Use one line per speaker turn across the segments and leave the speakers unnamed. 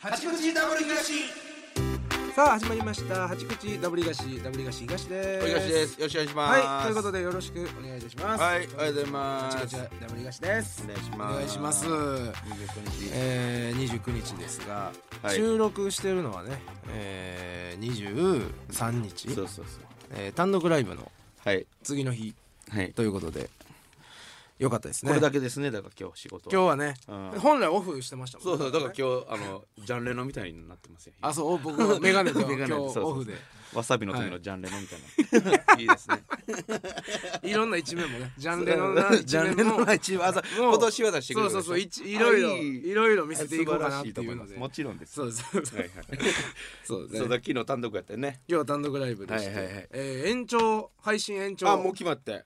八口ダブル東
さあ始まりました八口ダブリガシダブリガシ東です
東ですよろしくお願いします
はいということでよろしくお願いいたします
はいおはようございます
八口ダブリガシです
お願いし
お
ます
願いします
29日
えー、29日ですが、
はい
収録してるのはね、えー、23日
そうそうそう
えー単独ライブの
はい
次の日
はい
ということでよかったですね
これだけですねだから今日仕事
今日はね、
うん
本来オフしてましたもん
そうそうだから今日あのジャンレノみたいになってますよ
あそう僕はメガネで
メ
今
ガネ
日
でそうそう
オフで
わさびの時のジャンレノみたいな いいですね
いろんな一面 もねジャンルのな
ジ
一
ャンレ
面
ノ
も
の一番さ
もう
今年は出してくれるでし
そ
ょ
うそうそういちいろいろ
はい
いろいろ見せていこうかなっていうの
素晴らしと思ま
です
もちろんです
そうそうそう、
はいはい
そう
そう
ね
だ昨日単独やったよね
今日は単独ライブでして、
はいはいはい
えー延長配信延長
あもう決まって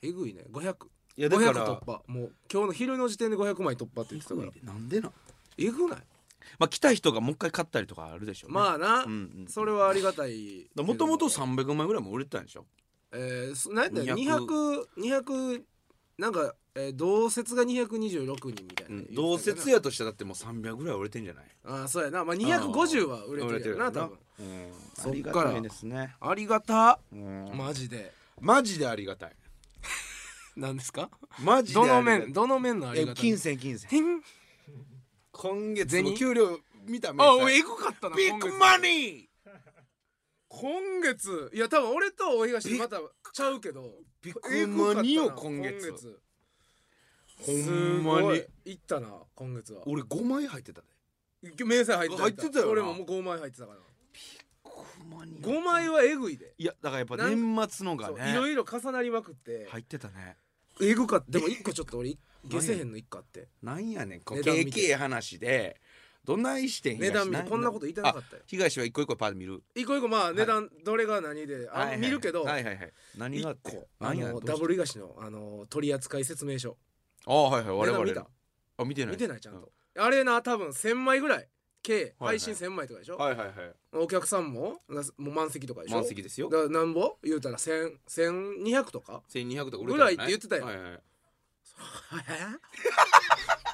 えぐいね500500
いやだから
突破もう今日の昼の時点で500枚突破って言ってたから
なんでな
えぐない
まあ来た人がもう一回買ったりとかあるでしょうね
まあな、
うんうん
それはありがたい
もともと300万ぐらいも売れてたんでしょ
えー、そなんやったら
200
200 200なんか、えー、同説が226人みたいな、
同説やとしたらだってもう300ぐらい売れてんじゃない
あーそうやなまあ250は売れてるやろな多分
うん
そっから
ありがたいですね
ありがた
うん
マジで
マジでありがたい
何ですか
マジであ
ど
りが
の
たい
面どの面のあり
いや
がたい
金銭金銭
てん
今月
銭
の給料見た目
あ俺エグかったな
ビッグマニー
今月いや多分俺と大東またちゃうけど
ビッグマニーよ今
エ
月
グかったな
ほんます
ご
に
い行ったな今月は
俺5枚入ってたで
明細入ってた
入ってたよな
俺ももう5枚入ってたから
5枚
5枚はエグいで
いやだからやっぱ
なん
年末のが
そう
ね
いろいろ重なりまくって
入ってたね
えぐかったでも一個ちょっと 俺下せへんの一個あって
なんやねんこう
値段
け
見
い
て
けい話でどないしてん
値段見て
東
こんなこと言いたなかったよ
東は一個一個パーで見る
一個一個まあ
い
値段どれが何で
はいは
あ
い
見るけど
はいはいはい何があ
一
って
個あ
何や
の
どう
ダ
し
ブル東のあの取扱説明書
ああはいはい我々の
値段見
あ見てない
見てないちゃんとあれな多分1000枚ぐらい計
はいはい
配信1000枚とかでし
う
ょ
んはいはいはい
お客さんもなもう満席とかでしょ
満席ですよ
だからなんぼ言うたら1000 1200とか
1200とか
ぐらいって言ってたよ
よ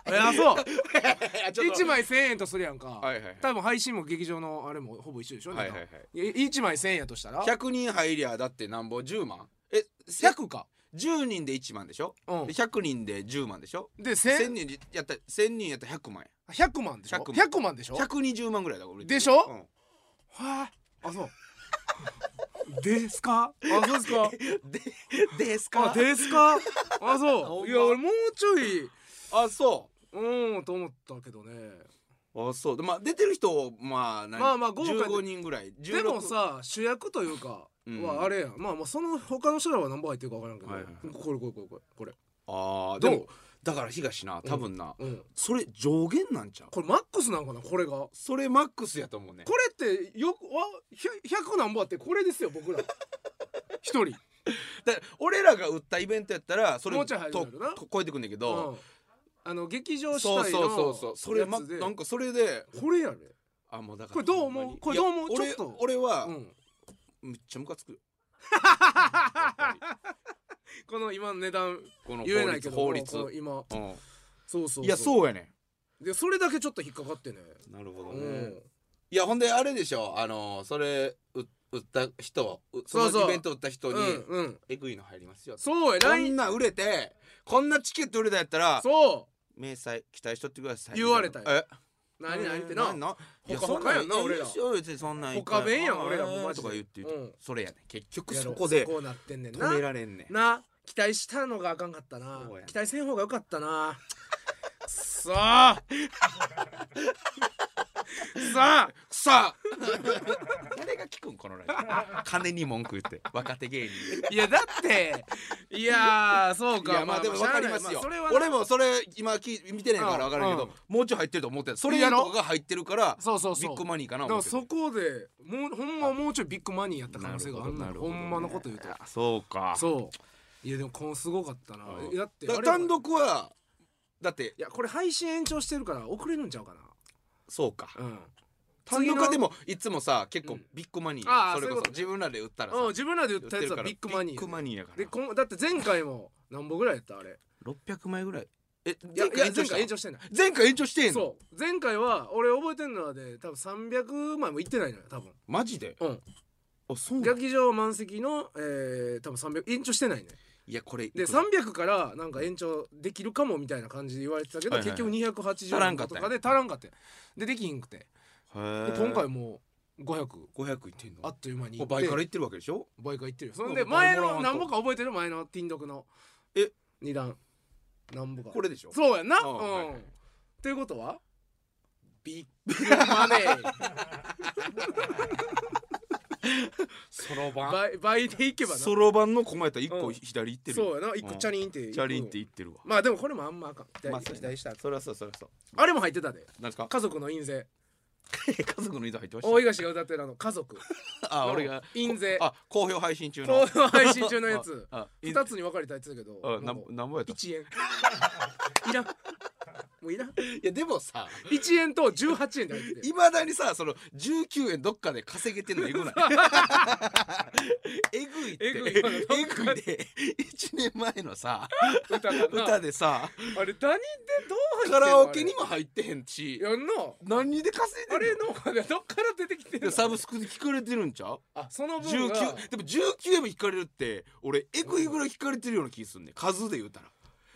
えあ そう1
1
枚
枚
1000円とするやんか
はいはいはい
多分配信も劇場のあれもほぼ一緒でしょ
はいはいはい
1枚1000円やとしたら
100人入りゃだってなんぼ10万え100
100か
10人で1万でしょ
うん
で100人で10万でしょ
で
1000
1000
人でやった1000人やったら100万や
100万でしょ
100万
100万でしょ
120万ぐらいだから俺
でしょ
うん
はいあそう ですかあそうですか
でです
あですかあ
ほん
そ
ま
ういや俺もうちょい
あそう
ーんと思ったけどね
うあそうでまあ出てる人まあ何
まあまあ豪華で
15人ぐらい16
でもさ主役というか
うん
はあれやん、まあまあその他の人らは何本入ってるか分からんけど、
はいはいはい
これこれこれこれこれ
あーで
どう
もだから東な多分な、
うん
それ上限なんちゃう
これマックスなんかなこれがこ
それマックスやと思うね
れってよくわひゃ100何本あってこれですよ 僕ら一人
だから俺らが売ったイベントやったらそれ
もうちょい入る
と
んやろな
と超えてくんだけ
う
ど、
んあの劇場主
そう
体
そうそうそう
の
それ、ま、
やつで
なんかそれで
これやね
あもうだか
こ
ら
れどう思う
ほんまに
これどう思う
いや俺
ちょっと
俺は、
うん
めっちゃム カつくよ
この今の値段
この法律
言えないけど
法律、
この今
うん
そうそう
いやそうやね
うでそれだけちょっと引っかかってね
んなるほど
うん
いやほんであれでしょあのそれう売った人うそ
そうそ
の
う
イベント売った人に
うんうん
えぐいの入りますよ
そうや
こ
LINE
んな売れてこんなチケット売れたやったら
そ
明細期待しとってください
言われたよ
え
う何何って
な
なん
なんいや
他
そんなん
やんな俺ら
いいですよ別にそんなん
他弁やん
あー
俺らもマジで
とか言って言って
うん
それやね結局
やろ
そこで
こうなってんねんな
止められんねん
な期待したのがあかんかったな
そうやね
期待せん方がよかったなく そーくそー
さあ 誰が聞くんこのライブ 金に文句言って若手芸人
いやだっていやーそうか
いやまあでも分かりますよ
あそれはな
俺もそれ今き見てないから分からんけ
う
ど
ん
もうちょい入ってると思ってたそれ
いやろ
とかが入ってるから
そうそう
ビ
そう
ッグマニーかな
だか
思
ら
って
そこでもうほんまもうちょいビッグマニーやった可能性があんな
な
の
る
ほ
ほどね
んまのこと言うと
あそうか
そういやでもこのすごかったな
うん
えだって
だ
あ
から
れは
単独はだって
いやこれ配信延長してるから遅れるんちゃうか
そうか
なうん
単独
次
は
の
でもいつもさ結
う
構
ん
ビッグマニー、
あー
それこ
そういう
そ
こと
自分らで売ったらさ
うん自分らで
売
言ったやつはビッグマニー
ビッグマニーやか
で
ら
こんだって前回も何本ぐらいやったあれ
600枚ぐらいえ
いや
前
いや
回延長
前
した
回延長してんだ
前回延長してんの
そう前回は俺覚えてんのはで多分300枚もいってないのよ多分
マジで
うん
あそうなん
劇場満席のえー多分300延長してないね
いやこれ
で
いくら
300からなんか延長できるかもみたいな感じで言われてたけど、
はいはいはい
結局
足らん
280
か
と
ったんや
かで足らんかってでできひんくて
へ
で
え
今回もう500
500いってんの
あっという間に
も
行っ
う
て
倍からいってるわけでしょ
倍からいってるよそ
うんん
で
倍
前
もらわん
の
と
何本か覚えてる前のティンドクの
え
二段何本か
これでしょ
そうやんな
ああはい
うん
はい
ということはビッグマネー
そろばん
倍倍でいけばな
そろばんの駒やったら1
う
個
ん
左いってる
そうやな一個
うん
チャリンって
チャリンっていってるわ
まあでもこれもあんまあかん期
まあ
待
そう
期
やな
待したら
そりゃそうそりゃそう
あれも入ってたで
なんですか
家族の印税
家族の移動入ってま
大
し
東が歌ってるあの家族
たあ俺が
印税
あ好評配信中の
好評配信中のやつ
あ印
二つに分かれたやつだけど
あ
な
な
ん
ん
か
なんぼやった
一円いらんもういらん
いやでもさ
1円と18円で入ってて
いまだにさその19円どっかで稼げてるの えぐないえぐいって
えぐいよな
えぐいで1年前のさ
歌がな
歌でさ
あれ何でどう入ってんの
カラオケにも入ってへんし
あれやんな
何で稼いで
あ
んの
れのあれどっから出てきて
で
る
もサブスクで聞かれてるんちゃう
あその分が
19でも19円も聞かれるって俺えぐいぐらい聞かれてるような気すんねん数で言うたら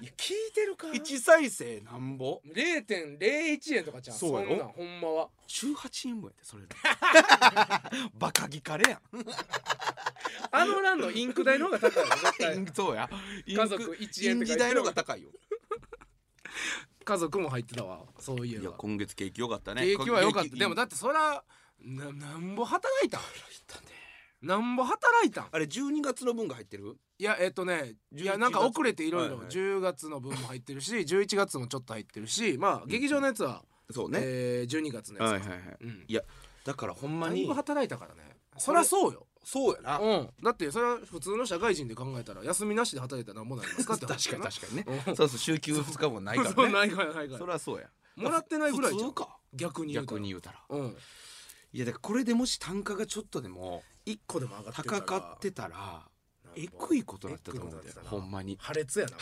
いや聞いてるか
1再生なんぼ
0.01円とかじゃん
そうやろ
んなんほんまは
18円分やって それのバカギカレやん
あの欄のインク代の方が高いよ絶
イ
対
ンクそうや
家族1円っ
イン
て書
ジ
いて
代
る
の方が高いよ
家族も入ってたわそういえ
いや
ば
今月景気良かったね
景気は良かっ
景
たでもだってそらななんぼ働いたんなんぼ働いたん
あれ12月の分が入ってる
いやえっとねいや
11
なんか遅れていろい
は
ろ
いはい
10月の分も入ってるし11月もちょっと入ってるしまあ劇場のやつは、
そう
えー、12月のやつか、
はいはいはい
うん
いやだからほんま
だい
に
ぶ働いたからねそりゃそうよ、
そうやな
うん、だってそれは普通の社会人で考えたら休みなしで働いたらなんもなりますかって
確かに
話
確かにね
に確
そうそう週休2日もない
そ
か
う
らね
ないからないか
そ
ら
りゃそうや
もらってないぐらいじゃ
普
ん
通か
逆に言うた
逆
ら
に言うたら
うん
いやだからこれでもし単価がちょっとでも
1個でも上がってるら
高かってたらえ
なんぼ
ぐいことになってたと思うんだよ
えぐいこと
ほ
になってたなん
まに
破裂やなこ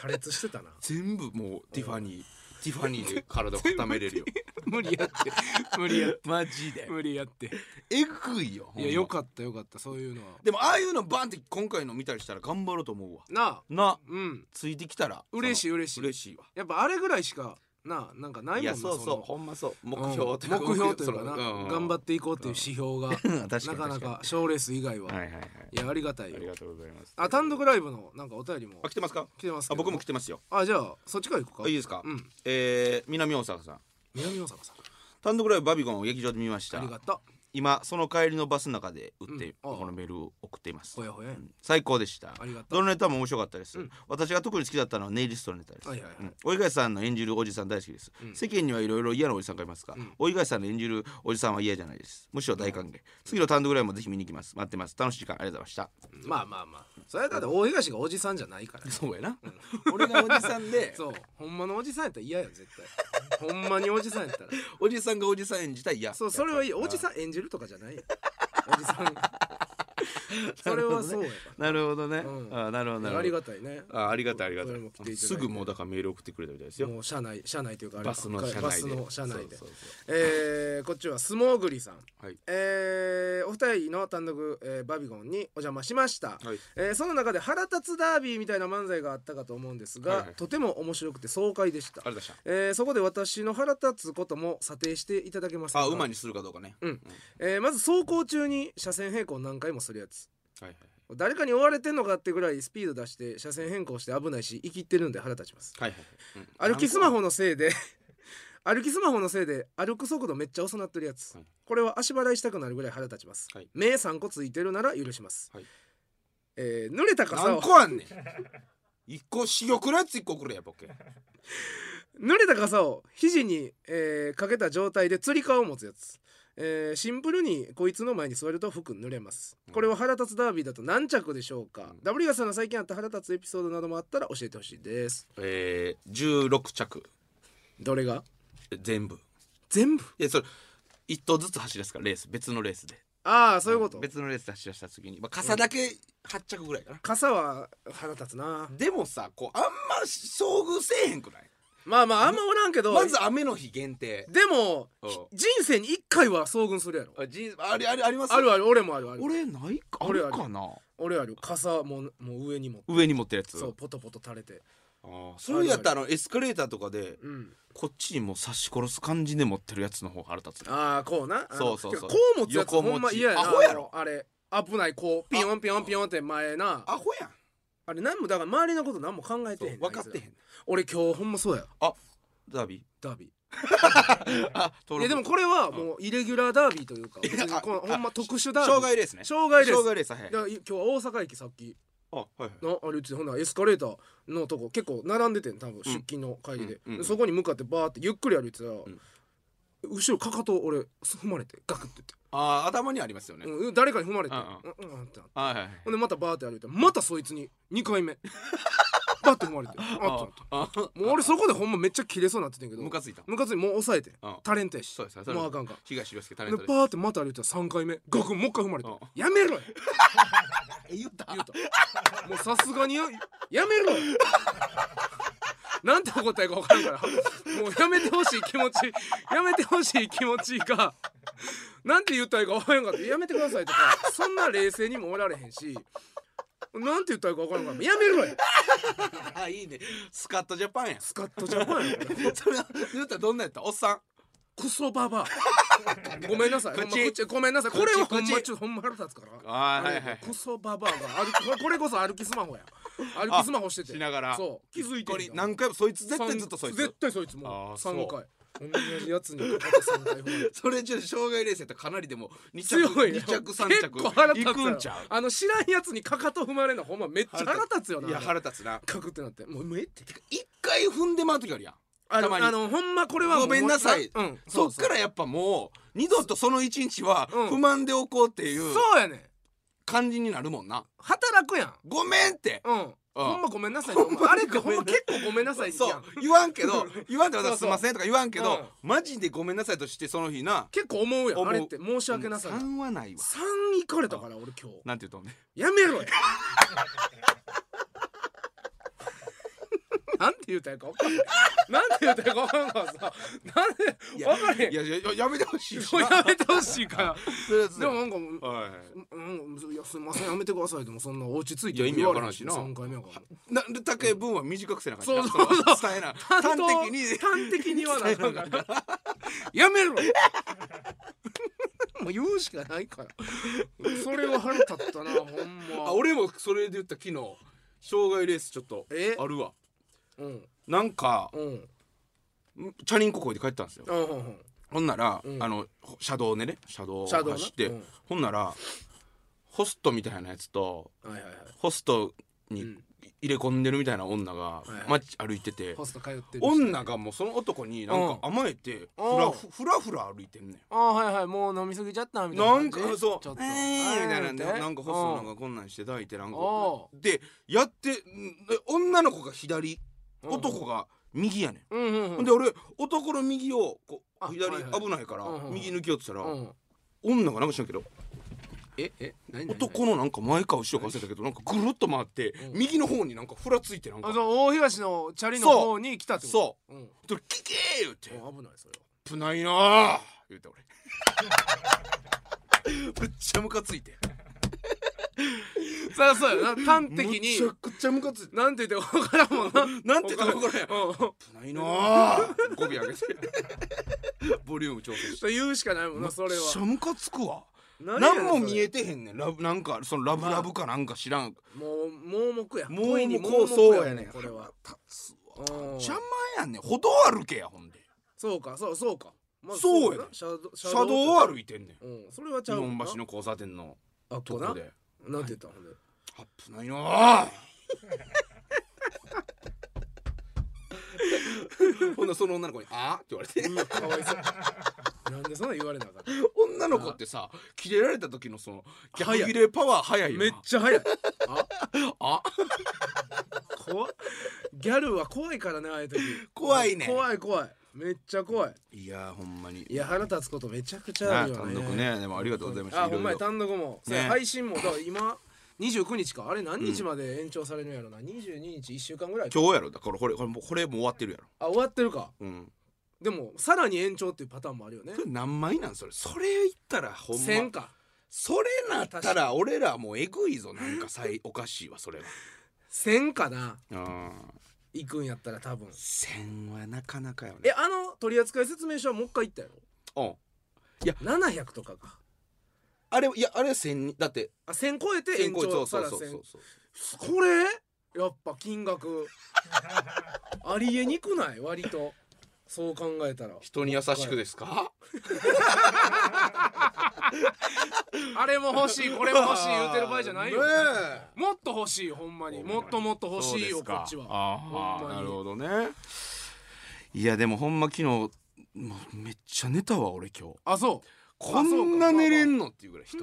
れ 破裂してたな
全部もうティファニーティファニーで体を固めれる よ
無理やって無理やって
マジで
無理やって
えぐいよ
いやよ
っ
かったよかったそういうのは
でもああいうのバンって今回の見たりしたら頑張ろうと思うわ
なあ
な
うん
ついてきたら
嬉し
い
い嬉しい
嬉しいわ
やっぱあれぐらいしかなあなんかないもん
い
な
やそうそう
の
ほんまそう目
うん
標というか
目標というかな、
そのうん
頑張っていこうっていう指標が
う
なか
ん 確かに
な
確か
か賞レース以外は、
にはい
い、
はいはい
やありがたい
あり
よ
がとうございます
あ単独ライブのなんかお便りも
あ来てますか
来てますけ
あ
ど
僕も来てますよ
あじゃあそっちから行く
あ
か
いいですか
うん
えー南大阪さん
南大阪さん
単独ライブバビゴンを劇場で見まし
あ
た
りがと
今その帰りのバスの中で打って、
うんああ
このメールを送っています
うほやほやや、
うん最高でした
ありがと
ど
う
のネタも面白かったです、
うん
私が特に好きだったのはネイリストのネタです、
はいはいはい
うんおいがいさんの演じるおじさん大好きです、
うん
世間にはいろいろ嫌なおじさんがいますが、
うん
おいがいさんの演じるおじさんは嫌じゃないですむしろ大歓迎、次の単独ライブもぜひ見に行きます待ってます楽しい時間ありがとうございました
まあまあまあそれはだって大東がおじさんじゃない から
そうやな、俺がおじさんで
そうほんまのおじさんやったら嫌よ絶対ほんまにおじさんやったら
おじさんがおじさん演じたら嫌
そうそれはいいおじ
ん
さん演じるとかじゃ ないよおじさんそれはそうや
なるほどね、
うん
あなるほどなるほど
ありがたいね
あありがたいありがた
これも来ていただ
い
いて
すぐもうだからメール送ってくれたみたいですよ
もう車内車内というかあれか
バスの車内で
バスの車内で
そうそうそ
えーこっちはスモーグリさん
うはい
えーお二人の単独、えーバビゴンにお邪魔しました、
はい
えーその中で腹立つダービーみたいな漫才があったかと思うんですが、
はいはい
とても面白くて爽快でした
ありがとうございまし
えーそこで私の腹立つことも査定していただけます
た
か
あ馬にするかどうかね
うんえーまず走行中に車線変更何回もするやつ
はいはい
誰かに追われてんのかってぐらいスピード出して車線変更して危ないし生きってるんで腹立ちます
はいはいはいうん
歩きスマホのせいで 歩きスマホのせいで歩く速度めっちゃ遅なってるやつ、
はい
これは足払いしたくなるぐらい腹立ちます、
はい
目3個ついてるなら許します、
はい
えー濡れた傘
何
を
個あんねん一個私欲のやつ一個くれやボケ
濡れた傘を肘に、えーかけた状態で釣り革を持つやつ、えーシンプルにこいつの前に座ると服濡れますこれは腹立つダービーだと何着でしょうか、
うん
ダブリガさんの最近あった腹立つエピソードなどもあったら教えてほしいです
えー16着
どれが
全部
全部
いやそれ一頭ずつ走らすからレース別のレースで
ああそういうこと、
ん別のレース発車した時に、まあ、傘だけ8着ぐらいかな、
傘は腹立つな
でもさこうあんま遭遇せえへんくない
まあまああんまおらんけど
まず雨の日限定
でも
うん
人生に1回は遭遇するやろ
あじあれあれあります
あるある俺もあるある
俺ないかあ
俺あ
る
る
かな
俺ある傘もうもう上にも
上に持ってるやつ
そうポトポト垂れて
あーそれやったらあのエスカレーターとかで
うん
こっちにもう刺し殺す感じで持ってるやつの方が腹立つな
ああこうなあの
そうそうそう
てかこう持つやつ
横持ち
ほんま嫌やな
アホやろ
あれ危ないこうピヨンピヨンピヨンって前な
アホやん
あれ何もだから周りのこと何も考えて
そ
へ
うん分かって
あい
へ
つら
ん
俺今日ほんまそうや
ダー ビ
ダービ
ーあ登
ーい
録
やでもこれはもうイレギュラーダービーというか別に
あ
このほんま特殊ダービー
障害レースね
障害です
障害レースはい
だから今日は大阪駅さっき
あはいはい
なあれうちほんならエスカレーターのとこ結構並んでてん多分出勤の会議で、
うんうんうん
そこに向かってバーってゆっくり歩いてたら、
ん
後ろかかと俺踏まれてガクって
あー頭にありますよ
言
ね
って、うん、誰かに踏まれて、う
うん
んうん、ってなって
はいはいはい
ほんでまたバーって歩いてまたそいつに2回目 バッて踏まれてあっと思って
ああ
もう俺そこでほんまめっちゃ切れそうになっててんけど
ムカついた
ムカついてもう抑えて
うん
タレントやし
そうですねそれ
もうあかんか
東広介タ
ら
レ
で
ン
バ
トです
ーってまた歩いてたら3回目ガクンもう一回踏まれて
うん
やめろよ
言った
言うたもうさすがにややめろよなんて答えか分からんからもうやめてほしい気持ちやめてほしい気持ちがなんて言ったらいいか分からんかったやめてくださいとかそんな冷静にもおられへんしなんて言ったらいいか分からんかったやめろよ
あいいねスカットジャパン やん
スカッとジャパンやから
それ言ったらどんなんやったおっさん
クソババアごめんなさい
口
ほんま口ごめんなさいこれはほんま
口
ちょっとほんま腹立つから
あーはいはいはい
クソババアが歩きこれこれこそ歩きスマホや歩きスマホしてて
しながら
そう気づいて
こ
ん
れ
や
何回もそいつ絶対ずっとそい
絶
つ
対そいつ
あ
も
ー
う三
そう
回同じやつにかかって3回踏まれて
それじゃ障害レースやったらかなりでも2着
強い
2
ね
着3
結
着
構腹立つ
い
やろ
くんちゃ
あの知らんやつにかかと踏まれるのほんまめっちゃ腹立つよ
う
ない
や
あれ
腹立つな
カクってなってもうもうええって
一回踏んでまう時あるやん
あ
たまに
のあのほんまこれはもう
ごめんなさい
うん
そ
う
っ
う
からやっぱもう二度とその一日は
うん
不満でおこうっていう
そうやねん
感じになるもんな
働くやん
ごめんって
うん
うん
ほんまごめんなさいねお前あれ ってほんま結構ごめんなさいやん
そう言わん けど言わんで
そうそ
私
う
すいませんとか言わんけ
う
ど、
ん
マジでごめんなさいとしてその日な
結構思うや
思
ん
う
あれって申し訳なさい
3はないわ
三行かれたから俺今日
なんて言 うとね
やめろよなんて言うたんやか分かんないなんて言うたんやか分からんからさなんで分
いや
からへん
いやいやいややめてほしいし
もう
な
やめてほ しいから
それはそう
で
や
もなんかもう
はいはい
うん、うんいやすいませんやめてくださいでもそんな落ち着い
いや
て
意味わからんしな
3回目やから
なんで高い分は短くせなあかんな
そうそうそう
の伝えな端的に
端的に言わなあかんからやめろもう言うしかないからそれは腹立ったなほんま
あ俺もそれで言った昨日障害レースちょっと
え
あるわ
うん
なんか
うんうん
チャリンコこいで帰ったんですよ
うんうん
ほんなら、
うん
あのほ車道でね車道を
車道な
走って、
うん
ほんならホストみたいなやつと
はいはいはい
ホスト
う
に
ん
入れ込んでるみたいな女が
いはい
街歩いてて、
ホスト通ってる
女がもうその男になんか甘えてふら
うん
ふふらふら歩いてんねん。
ああはいはいもう飲みすぎちゃったみたいな
なん
感じ
かそう
ちょっ
「
と
えー」みたいなんで
えー
なんかホストなんかこんなんして抱いてなんか
お
でやってんえ女の子が左
うん
男が右やねん。
うんうん
ほ
うんん
で俺男の右をこう
あ
左
はいはい
危ないから
うんうん
右抜きようってしたら
うん
女がなんかしなけど
ええ何何
男のなんか前か後ろか忘れたけどなんかぐるっと回って
うん
右の方になんかふらついてなん
あ
か
そう大東のチャリの方に来たってこと
そう
うん
「で聞け!」言うて
もう危ないそれは
危ないなあ 言うて俺むっちゃムカついて
そりゃそうやな端的
む
に
ちゃくちゃムカついて
なんて言って分からんもんな
なんて言ったら分からへん
うん
危ないなあ語尾 上げてボリューム調整して
と言うしかないもんなそ
む
れ
っちゃ
は
ムカつくわ
何やね
何
ん
も
それ
見えてへんねんラブなんかそのラブラブかなんか知らん
もう盲目や
もう
恋に
もう
盲
そう
目
や
や
ね
ね
ん
これは
立つわ
うん
邪魔やねん歩道歩けやほんで
そうかそうそうかまあ
そうや
な
ね
車道
車道を
い
歩いてんねん
うんそれはち
日
ゃうもん
本
な
橋の交差点の
あっ
と
こ
こ
な
で
なんて言ったんほんで
危ないなあ ほんならその女の子に「あ?」って言われて
うわかわいそうなんでそんなん言われなあかった
女の子ってさキレられた時のその逆切れパワー早いよな
めっちゃ早いあ
あ
怖っギャルは怖いからねああいう時
怖いね
怖い怖いめっちゃ怖い
いやーほんまに
いや腹立つことめちゃくちゃあ
な
るよね
単独ねでもありがとうございました
あほんまや
いろいろ
単独も、そうや
ね
配信もだから今29日かあれ何日まで延長されるんやろな、22日1週間ぐらいか
今日やろだからこれこれもうこれもう終わってるやろ
あ終わってるか
うん
でもさらに延長っていうパターンもあるよね
それ何枚なんそれそれ言ったらほん
1000
ま
か
それなったら俺らもうえぐいぞなんかさいおかしいわそれは
1000かな
うん
行くんやったら多分
1000はなかなかよ
え
ね
あの取扱説明書はもう一回行ったやろ
うん
700とかか
あれいやあれは1000だって
あ1000超えて延
こいそ
長
う
さ
そう
ら
そうそ
1000
うそう
これやっぱ金額 ありえにくない割とそう考えたら
人に優しくですか
あれも欲しいこれも欲しい言うてる場合じゃないよ
ね
もっと欲しいほんまにもっともっと欲しいよ
そ
こ
うですか
っちは
あ
ほんま
あ
に
なるほどねいやでもほんま昨日もうめっちゃ寝たわ俺今日
あそう
こんな寝れんのっていうぐらい 人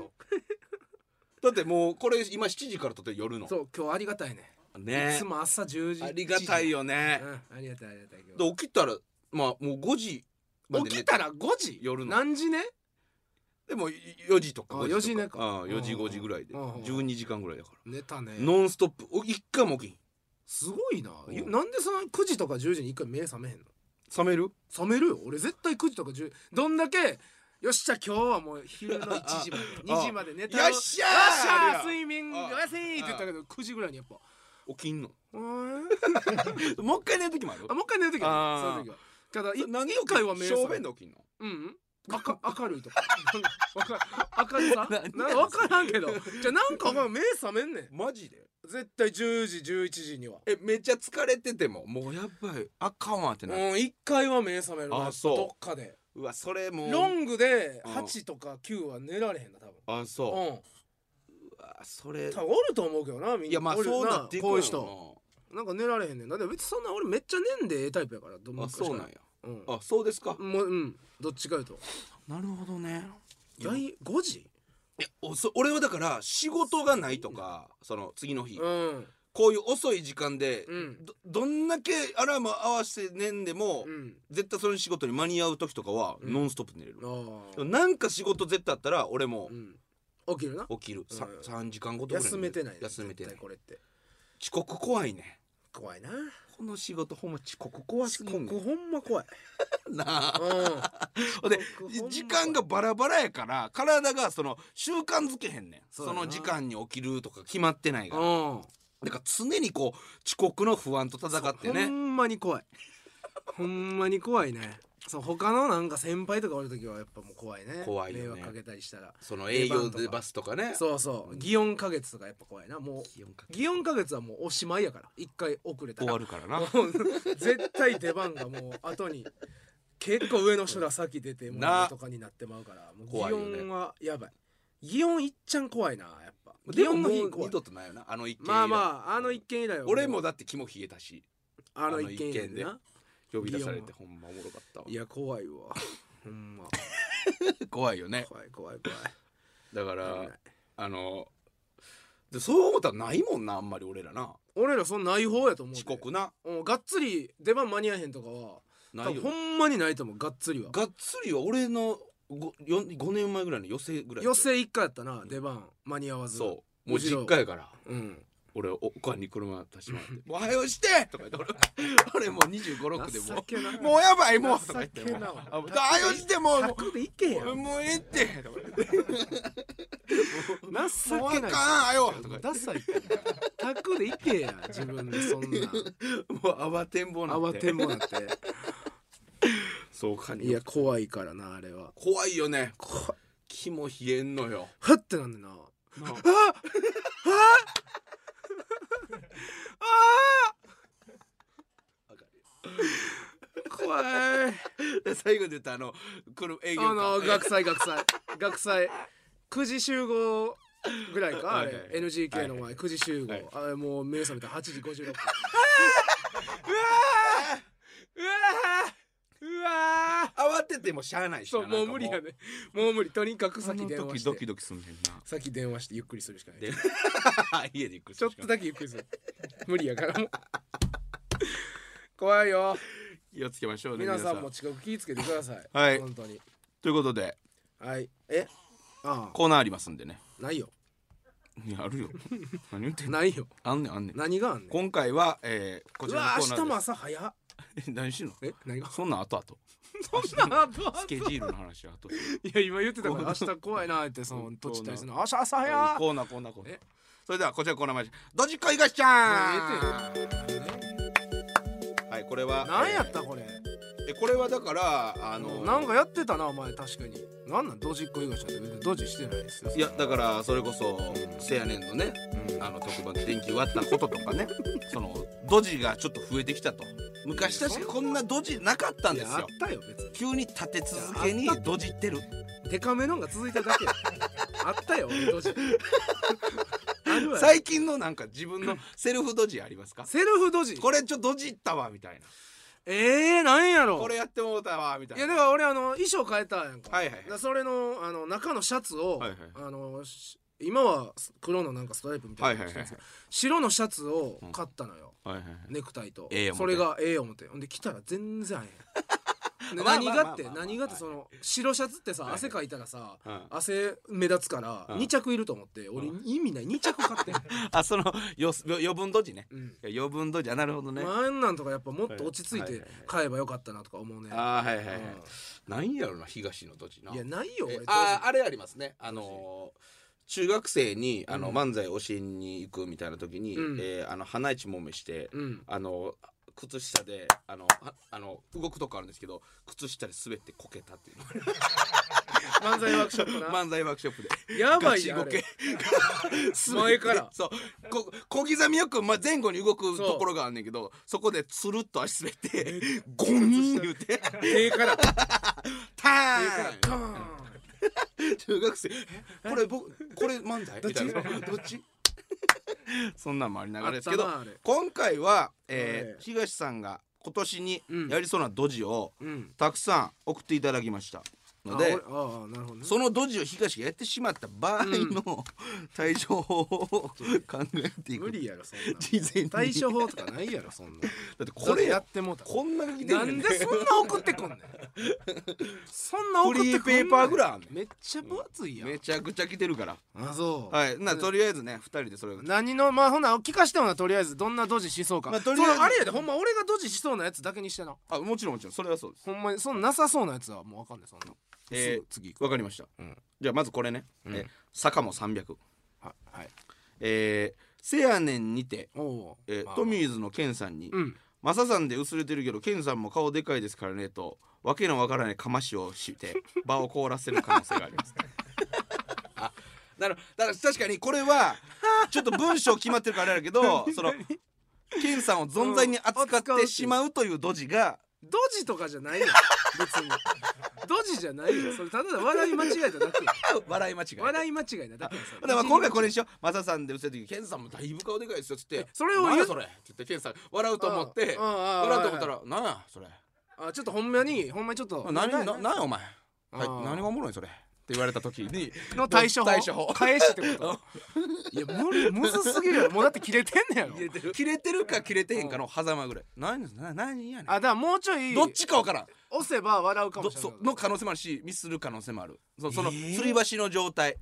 だってもうこれ今7時から撮ってる夜の
そう今日ありがたいねい
ね
つも朝10時
ありがたい
よ、
よね
うん、ありがたいありがたい今日
で起きたらまあもう5時まで寝
起
て
きたら5時
夜の
何時ね
でも4時とか
あ
5時と
4時ねか
うん4時5時ぐらいで
うんうん
12時間ぐらいだか
寝たね
らノンストップお一回も起
すごいな、
うん
ゆなんでその9時とか10時に一回目覚めへんの
きん冷める
覚めるよ俺絶対9時とか10どんだけよっしゃ今日はもう昼の1時まで
あ
2時まで寝た
よっしゃー
よっしゃー
ある
睡眠
あ
おやすみって言ったけど9時ぐらいにやっぱ
起きんの
うーん
もう一回寝る時もある
あもう一回寝るときはねそう
あー
いう時はただい
何
一回は目
正
覚める
面で起きんの
うんうん 赤明るいとかわか明るさ
何
な分からんけどじゃあなんかお前目覚めんねん
マジで
絶対10時11時には
えめっちゃ疲れててももうやばいあかんわってなる
うん一回は目覚めるな
あそう
どっかで
うわそれもう
ロングで
うん
8とか9は寝られへんな多分
あそう
うん
うわそれ
多分おると思うけどなみんない
やまあ
おるよ
そうなっていく
こういう
よ
人なんか寝られへんねんなでも別にそんな俺めっちゃ寝んでええタイプやからど
なあそうなんや
うん
あそうですか
もううんどっちかいうと
なるほどね
第5時
おそ俺はだから仕事がないとかその次の日
うん
こういう遅い時間で
うん
どどんだけアラーム合わせて寝んでも
うん
絶対その仕事に間に合う時とかは
うん
ノンストップで寝れる
あ
で
あ
もなんか仕事絶対あったら俺も
うん、起きるな
起きるさ
うん
3時間後とかぐら
休
に
めてないね
休めてな
絶
い
対これって
遅刻怖いね
怖いな
この仕事ほんま遅刻怖す
こ
ぎんね
こほんま怖い、
んな あ
う
で
ほんま
時間がバラバラやから体がその習慣づけへんねん
そ
そう
やな
の時間に起きるとか決まってないから
んうん
だから常にこう遅刻の不安と戦って
ほ
ね
んまに怖いほんまに怖いねそう他のなんか先輩とかおる時はやっぱもう怖いね
怖いよね
迷惑かけたりしたら
その営業でバスとかね
そうそう祇園花月とかやっぱ怖いなも
気温か
う祇園花月はもうおしまいやから一回遅れた
終
ら
わるからな
もう 絶対出番がもう後に結構上の人が先出てもらうとかになってまうからもう
怖いよね
祇園はやばい祇園いっちゃん怖いなやっぱ
で
祇
も
園
も
の
う
日怖
二
い
度とないよなあの一件以来
まあまああの一件以来はう
俺もだって気も冷えたし
あの一件以来で
あ
な
呼び出されてほんまおもろかったわ
いや怖いわ ほんま
怖いよね
怖い怖い怖い
だか
危な
ら
い
あのでそう思ったらないもんなあんまり俺らな
俺らそんなない方やと思うで
遅刻な
うんがっつり出番間に合わへんとかは
ない
多
よ
分ほんまにないと思うがっつりは
がっつりは俺の 5, 5年前ぐらいの寄せぐらい
予選一回やったな出番間に合わず
そうもう実家やから
うん
俺おかんに車出してもらって「おはようして!」とか言って俺俺もう2 5 6でも
情けな
う「もうやばいもう」とか言って
情
「
け
もう
な
あもうおはようしてもうも
楽でいけへんや
うんもうええって」とか言っ
情けな
て「もうあ
い
かんあよ」とか言って
ダサいって楽でいけや自分で そんな
もう慌てんぼうなっ
慌
て
てんもなって
そうかに
いや怖いからなあれは
怖いよね
怖い
気も冷えんのよ
ふってなんでな
なあ
ああ
わかる
あ怖い
で最後で言ったあのこの営業
あの
か
学祭学祭学祭9時集合ぐらいかあれ
はいはいはい
NGK の前9時集合
はい
あれもう目覚めた8時56分うわうわ
慌ててもしゃあないしな
そうもう無理やねもう無理とにかく先電
ド
話
キ
し
ド
て
キドキすんねんな
先電話してゆっくりするしかない
で 家で行く
ちょっとだけゆっくりする無理やからもう怖いよ
い気をつけましょうね
皆
皆さ
さ
ん
んも近く気ぃつけてください
はい
本当に
ということで
はいえあ
コーナーありますんでね
あないよ
いや あるよ何言ってんの
ないよ
あんねんあんねん
何があんねん
今回は、えー、こ
う
ちらの
わ
コ
明
ーナ
日も
ーで
朝早っ
すえ 何しんの
え何が
そんなん後々
そんな後々
スケジールの話は後々
いや今言ってたから明日怖いなってそのとちったりするの明日朝早っ
コーナーコーナーコーナー
え
それではこちらのコーナーまいりましょうドジっ子いがしちゃ
もうええて
んはいこれは
何やったこれ
えーこれはだからあの
なんかやってたなお前確かになんなんドジっ子東だって別にドジしてないですよ
いやだからそれこそせやねんのね
うん
あの特番天気割ったことと かねそのドジがちょっと増えてきたと昔確かこんなドジなかったん
い
で
や
す
あっ
よ
たよ別に
急に立て続けにドジってる
デカめのが続いただけ やあったよ俺ドジあるわよ
最近のなんか自分のセルフドジありますか
セルフドジ
これちょっとドジったわみたいな
えー、なんやろ
これやってもうたわみたい
いや
な
だから俺あの衣装変えたやんか,、
はいはいはい
それのあの中のシャツを、
はいはい
あのし今は黒のなんかストライプみたいなのしてるんですけど白のシャツを買ったのよ、
はいはいはい
ネクタイと、
ええ思て
それがええ思ってほんで着たら全然あえへ んで
まあまあ
何がって
まあまあ
何がってその白シャツってさ汗かいたらさ
うん
汗目立つから
うん
2着いると思って俺意味ない2着買 ってん、
あそのよ余分ドジね
うん
いや余分ドジあなるほどね、
まああんなんとかやっぱもっと落ち着い
はいは
て
いはいはい
買えばよかったなとか思うね、
あーはいはいはい、
うん
なんやろな東の土地ない
やないよ俺
えあーあれありますねあのー中学生にあ
う
の、
ん
漫才教えに行くみたいな時に、
うん
えーあの花一もめして、
うん
あの靴下であのああの動くとこあるんですけど靴下で滑ってこけたっていうの
漫才ワークショップな
漫才ワークショップで
やばい
ガ
よ
チ
あ
ゴケ
れ 前から
そうこ小刻みよく、まあ、前後に動く
そう
ところがあんねんけどそこでつるっと足滑ってゴンって言うて
手から手か
タ
ら
ーン
ドーン
中学生えこれ僕これ漫才
どっ
みた
ち
いなどっち そんなんもありながらですけ
あ
ど
ったなあれ
今回は、え
は
ー
い
東さんが今年に
うん
やりそうなドジを
うん
たくさん送っていただきましたので
あ俺ああなるほどね
そのドジを東がやってしまった場合の、対処法を考えていく
無理やろそんな
事前に
対処法とかないやろそんな
だって これ
や
や
ってもうた
こんな書き出
な
るね
んでそんな送って こんねんそんな送って
フリーペーパーぐらいあんねん
めっちゃ分厚いやん
めちゃくちゃ来てるから
あそう
はいなとりあえずね二人でそれを
何のまあほな聞かしてもなとりあえずどんなドジしそうか、
まあ
そ
とりあえず
のあれやでほんま俺がドジしそうなやつだけにしてな
あもちろんもちろんそれはそうです
ほんまにそのなさそうなやつはもうわかんないそんな
えー
すぐ次行く
わかりました、じゃあまずこれね、え坂も300
ははい
えー、せやねんにて、
おお
えー
まあ
トミーズのケンさんに、
うん
マサさんで薄れてるけどケンさんも顔でかいですからねとわけのわからないかましをして 場を凍らせる可能性があ ります、あなるだから確かにこれはちょっと文章決まってるからあれだ けどそのケンさんを存在に扱ってしまうというドジが
ドジとかじゃないよ別 にドジじゃないよそれただ笑い間違えただけよ
笑い間違いだ
笑い間違いなだけよそ
だ
れ
から今回これにしようマサさんで薄れてるけどケンさんもだいぶ顔でかいですよっつって
それを言う
なんやそれって言ってケンさん笑うと思って
ああああ
笑うと思ったらなんやそれ
あちょっとほんまにほんまにちょっと
何ななんやお前
あ
はい何がおもろいそれって言われた時に
の対処法
対処法
返しって こといや無理むずすぎるよもうだって切れてんねやろ
切れてるか切れてへんかの狭間ぐらい何ですな何やね
あだからもうちょい
んどっちかわからん
押せば笑うかも
ど
しれない
その可能性もあるしミスする可能性もあるそその
えー
吊り橋の状態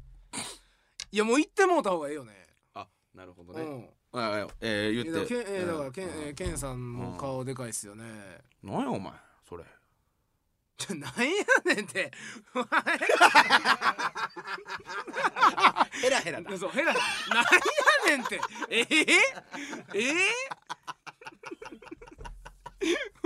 いやもう言ってもうた方がいいよね
あなるほど
う
ね
ん
はいはいえー
いや
言
だ
っ
か
て
らけんえーだからけんえ
うん
ーケンさんも顔でかいっすよね
何やお前それ
ちょなんやねんってお前
ヘラヘラ
そうヘラなんやねんってえー、え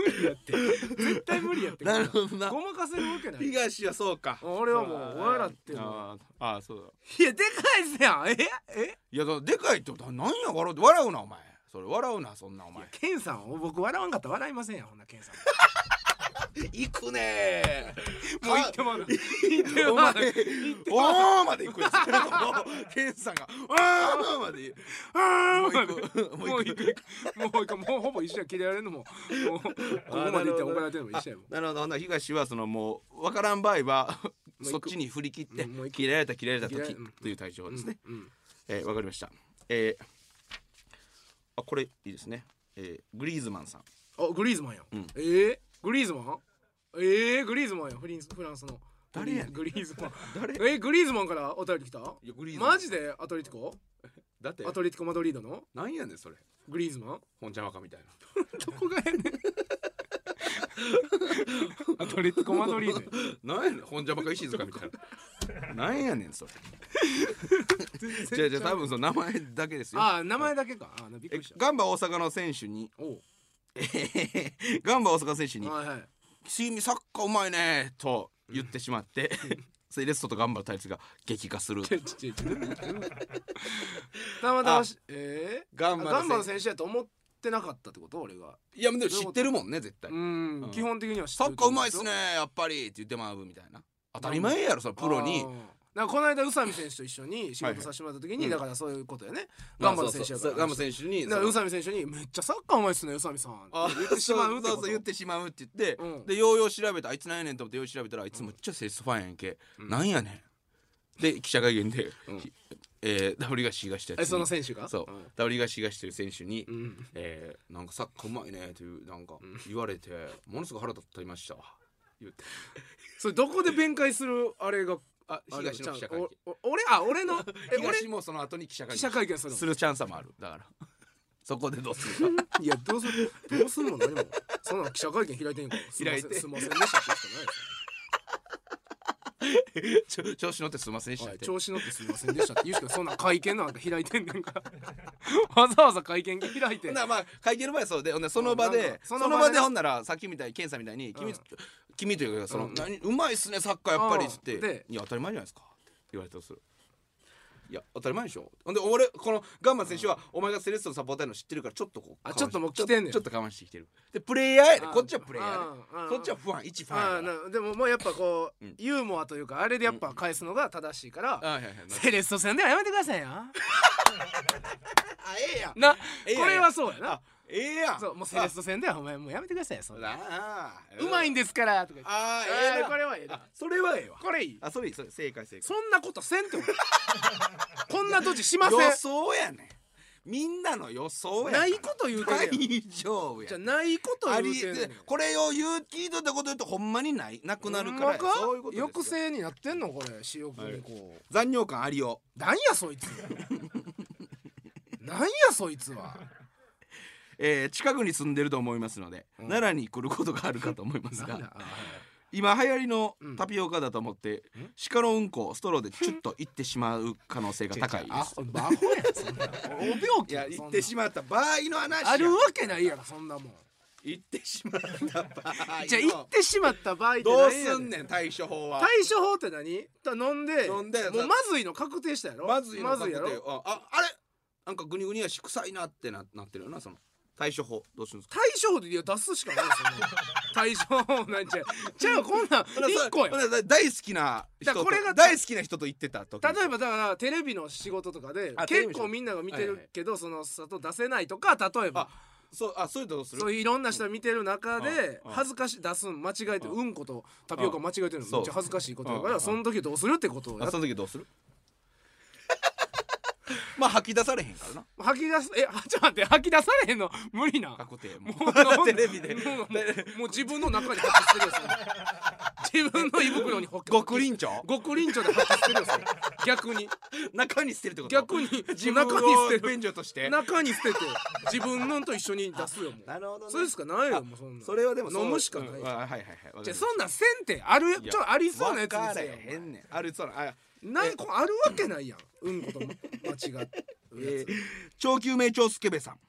ー、無理やって絶対無理やって
なるほどな
ごまかせるわけないい
東はそうか
俺はもう笑ってる
あーあーそうだ
やでかいっすやんええ
いやだからでかいってことは何や笑うって笑うなお前それ笑うなそんなお前
ケンさん僕笑わんかったら笑いませんやんほんなケンさん
行くね
もう言ってもらう言って
お
もら
前
う
おーまで行くやつケンさんがおーまで
あー
もう行く
もう行くもう行くもうほぼ一緒や切れられるのももうここまで行って怒られてるのも一緒やもん
なるほどほんなら東はそのもう分からん場合は
もう
そ
行
っ
く
ちに振り切って
うんもう行く
切られた切られた
切られ
時
うん
という対処法ですね、
うんうん
えーわかりましたえーあこれいいですねえーグリーズマンさん
あグリーズマンやん、
うん
ええグリーズマンええー、グリーズマンやフリンスフランスの
誰やねん
グリーズマン
誰
えグリーズマンからお便り来た
いやグリーズマン
マジでアトレティコ
だって
アトレティコマドリードの
なんやねんそれ
グリーズマン
本ちゃん若みたい
どこがやねんアトレティコマドリードや
ななんやねん本ちゃん若石塚みたいななんやねんそ
全
れ違
然
う違う
ちゃ
多分その名前だけですよ
ああ名前だけかあーなびっく
え
りした
ガンバ大阪の選手に
おう
えへへへガンバ大阪選手に
はいはい
「君サッカーうまいね」と言ってしまって、 それレストとガンバの対立が激化する
ちょちょちょちょたまたましえー、
ガ
あ
ン
ガ
バ
ン
の
バ
選
の選
手
手やと思ってなかったってこと俺が
いやでも知ってるもんね絶対
う。ん、
うん
基本的には知って
サ
る
ッ
と
カーう
思
ま
ん
いっ
ですよ
すねやっぱりって言ってまうみたいな当たり前やろそのプロに
あーなんかこの間宇佐美選手と一緒に仕
はいは
事
い
させてもらった時に、
うん
だからそういうことやね、
ま
ガ
あ
ンバの選手
そ
や
う
か
そう
ら
ガンバ選手に
だから宇
その
佐美選手に「めっちゃサッカーうまいっすね宇佐美さん」って
あ
言ってしまうってこ
そそ
と
そ言ってしまうって言って、
うん
でようよう調べてあいつなんやねんと思ってよう調べたらあいつむっちゃセスファンやんけ、なんやねんで記者会見で、
うん
ひえー、ダブリガシがしたや
え
つ
その
に
選手が
そう、
ん
ダブリガシがしてる選手に、
うん、
えーなんかサッカーうまいねというなんか言われて、ものすごく腹立ってましたわ言って
それどこで弁解するあれが
あ
あれ
東の記者会見
ちゃうおお俺あ俺のえ俺
東もその後に記者
記
会見
者会見するの
するチャンスもあるだから そこでどうす るか
いやどうするどうするも何もそんなの記者会見開いてんやからすいません
開いて
すいませんでしたってしかないです
ちょ調子乗ってすいませんでした
は
っ
い
て
調子乗ってすいませんでしたって言うしかそんな会見なんか開いてんねんから わざわざ会見開いて
ほんならまあ会見の場合はそうでほんならその場
うんなん
で
か
そ
そ
の
の場で
場でほんならさっきみたいに健さんみたいに君,、
うん
君というかその、
うん
何うまいっすねサッカーやっぱりっつって
うんで
いや当たり前じゃないですかって言われたとするいや当たり前でしょほんで俺このガンマン選手は、お前がセレッソのサポーターやの知ってるからちょっとこう
あ
我慢し
ちょっともう来てんねん
ちょっと我慢してきてるでプレイヤーやで
あ
こっちはプレイヤーや
ああ
でこっちはファン一ファンや
あ
から
なでももうやっぱこう、
うん
ユーモアというかあれでやっぱ返すのが正しいから、
あはいはいはい
セレッソ戦ではやめてくださいよ
あええやん
な、
ええや ん
これはそうやな
あええやん
そうもうセレッソ戦ではお前もうやめてくださいよそんな
あ
うまいん
だ
ですからとか言って
あーええ
え
な
ーこれはええな
あそれはええわ
これいい
あそれいいそれ正解正解
そんなことせんって思う こんな土地しません
予想やねんみんなの予想やから
ないこと言うてるやん
大丈夫や
じゃあないこと言
あ
う
り
てんねん
これを言う聞いとったこと言うとほんまにないなくなるからや
ほんまか
そういうことですよ
抑制になってんのこれ潮君にこう、
残尿感ありよ
なんやそい つなんやそいつは
えー近くに住んでると思いますので、
うん
奈良に来ることがあるかと思います
なんだ
が
あはい
今流行りの
うん
タピオカだと思って、
ん
鹿のうんこをストローでチュッといってしまう可能性が高いで
あ
す
バホやんそんなお病気
いや
んそん
行
な
ってしまった場合の話や
あるわけないやろそんなもん
行ってしまった場合の
じゃあ行ってしまった場合って
どう
何や
す
ね
ん
ん
ねん対処法は
対処法って何だ飲んで
飲んで
もうまずいの確定したやろ
まずいの
ま
か
ずいやろ
あああれなんかグニグニやし臭いなってななってるよなその対処法どうするんですか
対処法でいや出すしかない ですよね対処法なんちゃうじゃあこんなん一個や
ほなだ大好きな人
だから
と
これが
大好きな人と言ってた時
例えばだからテレビの仕事とかで
あテレビ
結
の
構
仕事
みんなが見てるけどその外出せないとか例えば
あそうあそういうのどうする
そういういろんな人見てる中で
うん
恥ずかしい出すん間違えて
うん
うんことタピオカ間違えてるの
そう
めっちゃ恥ずかしいことだか
う
ら
ん
その時どうするってことをや
あ
っ
その時どうする まあ吐き出されへんからな
吐き出すえあちょっと待って吐き出されへんの無理な
確定も
もう
うテレビで
もうもうもう自分の中に吐き捨てるよそれ自分の胃袋にほっ
極臨長
極臨所で吐き捨てるよそれ逆に
中に捨てるってこと
逆に
自分を
中に捨てる
便所として
中に捨てて自分のと一緒に出すよもう
なるほどね
それしかないよもうそんなん
それはでもそう
飲むしかない、
うんあはいはいはいわかりまし
じ
た
ゃあそんなんせんてあるちょっとありそうなやつ
分
に
か
せ
れ
よ
へんねんあるそうなあ
ないこあるわけないやんうんこと間違って
えー、長久名長スケベさん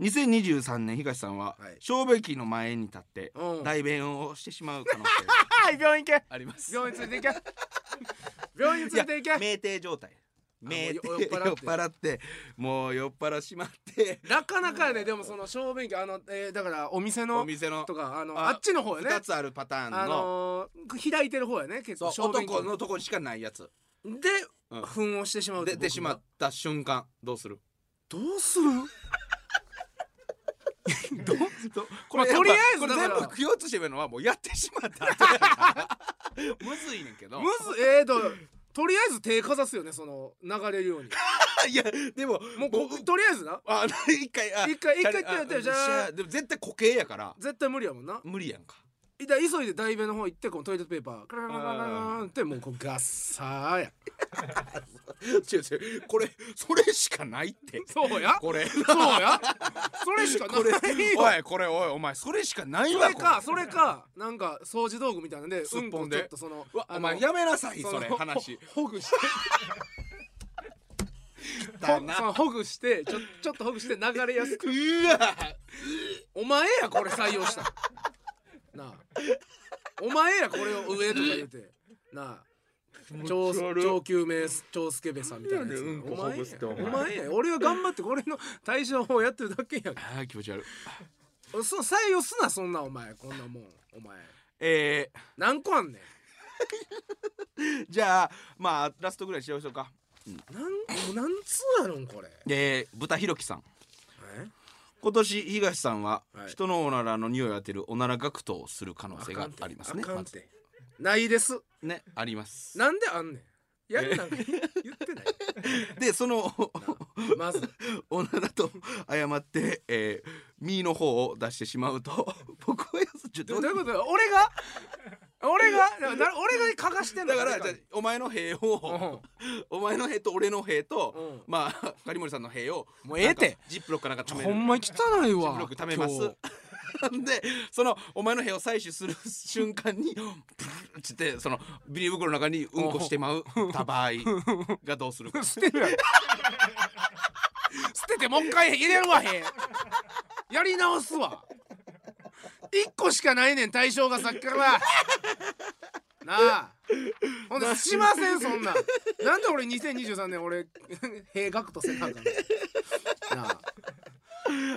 2023年東さんは
はい
小便器の前に立って
うん
代弁をしてしまう可能性が
はい病院行け
あり ます
病院連れて行け病院連れて行け
酩酊状態酩
も
酊
う酔っ払
酔っ
って
払ってもう酔っ払し まって
なかなかやねでもその小便器あの、えーだからお店の
お店の
とかあの
あ
あっちの方や
2
ね
つあるパターン
あ
の
のー開いてる方やね結
そう
構小便器
男のとこにしかないやつ
で、
うん
糞をしてしまう
出てしま
う
った瞬間どうする
どうする
こ
まあ
やっぱ
とりあえず
これ全
だ
部
から
食い落としてるのはもうやってしまった後や からむずいねんけど
むずえーととりあえず手かざすよねその流れるように
いやでも
もうこ
僕
とりあえずな
あ な一回あ
一回一回ってや
あ
ったらじ
シ
ゃ
ャ
あ
ーでも絶対固形やから
絶対無理やもんな
無理やんか
いだ急いで台弁の方行ってこのトイレットペーパーカラカラカラカラカラってもうこうガッサーや
違う違うこれそれしかないって
そうや
これ
そうやそれしか
これ
ないよ
おいこれおいお前それしかない
そ
わ
れかそれかなんか掃除道具みたいなんで
す
う
っ
ん
ぽ
こ
ん
ち
で
ょっとその
これわ
あの
お前やめなさいそれ
の
話
ほほぐして
だ
ほそのほぐしてちょちょっとほぐして流れやすく
うわ
お前やこれ採用したなあお前やこれを上とか言うてなあ超超救命超スケベさんみたいなやつ
うんこ
お
ほ
前
ぐしてお前
やお前や俺は頑張ってこれの対処法をやってるだけやん
あー気持ち悪い
そ採用すなそんなお前こんなもんお前
え
何個あんねん
ー、じゃあまあラストぐらいしようしようか
なんもう何通やろんこれ
で豚ひろきさん
え
今年東さんは
はい
人のおならの匂いを当てるおなら学徒をする可能性がありますね
あかん
ま
っ
ず
てないです
ねあります
なんであんねんやるなんか言ってない
でその
まず
おならと誤って、えー、身の方を出してしまうと僕はやつちょっ
ど
と
どういうことだ俺が俺がなな俺が嗅がしてんだ
だか
からら
じゃあお前の兵を、お前の兵と俺の兵と、
うん
まあ狩森さんの兵を
もうええて
なんかジップロックかなんか貯め
ほ
る
んまに汚いわ
ジップロック貯めま
今
すでそのお前の兵を採取する瞬間にブルーっつってそのビニール袋の中にうんこしてまうた場合がどうするか
日捨てる やろ捨ててもう一回入れるわへんやり直すわ一個しかないねん対象がさっきからなあほんでしませんそんなんなんで俺2023年俺閉学とせなあかんのな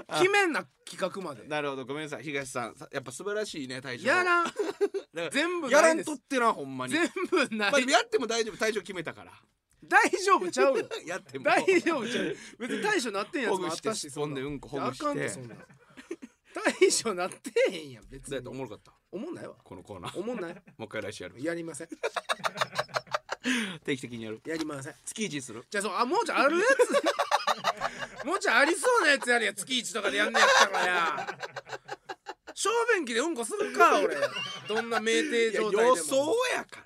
あ決めんな企画まで
なるほどごめんなさい東さんさやっぱ素晴らしいね大将
やらん
だから
全部
や
な
ら
い
ん
です
とってなほんまに
全部ない
まあ、やっても大丈夫大将決めたから
大丈夫ちゃうよ
やっても
大丈夫ちゃうよ別に大将なってんやつもあったし
ほぐしてすっぽんでうんこほぐして
あかんてそんなん大将なってへんやん別
だってお
に
もろかった
おもんないわ
このコ ーナー
おもんない
もう一回来週やる
やりません
定期的にやる
やりません
月一にする
じゃあそうあもうちょいあるや つもうちょいありそうなやつやれや月一とかでやんねやったからや小便器でうんこするか俺どんな酩酊
いや
状
予
態でも
想やから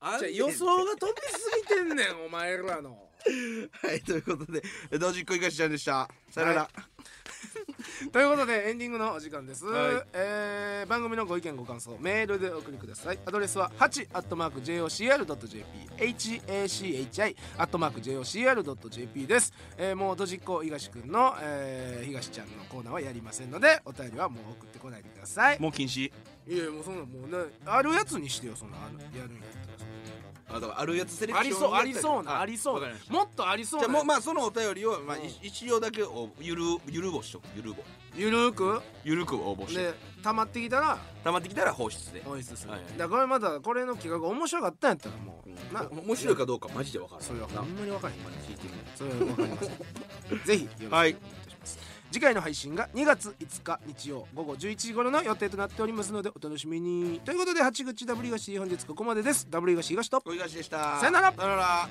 あん
じゃあ
ねん
予想が飛びすぎてんねんお前らの
はいということで同時っこいかしちゃんでしたさよなら、
はいということでエンディングのお時間です、
はい
えー番組のご意見ご感想メールでお送りくださいアドレスは 8-jocr.jp hachi-jocr.jp です、えーもうドジっ子東くんの、えー東ちゃんのコーナーはやりませんのでお便りはもう送ってこないでください
もう禁止
いやいやもうそんなもうねあるやつにしてよそんなあのやるんやった
あだからあるやつセレ
らあ
クシ
り
ョン
そう
や
あ
った
り
り
そうなありそう
わか
な
りました
もっとありそう
じ
な
ゃあもうまあそのお便りを、まあ、
うん
い一応だけおゆるゆる募しとくゆるぼ
ゆるーく
ゆるく応募して
で溜まってきたら
溜まってきたら放出で、
音質する、
はいはい
だからこれまだこれの企画面白かったんやったらもう、
うん
な
お面白いかどうかマジでわからん
それは
な
ほんまに分かんへん
ほんまに聞いてみる
それは分かりませんぜひよろしくお
は
願いい
い
たします、次回の配信が2月5日日曜午後11時頃の予定となっておりますのでお楽しみにということで八口 W がし本日ここまでです W がし東と
小東でした
さよなら
さよなら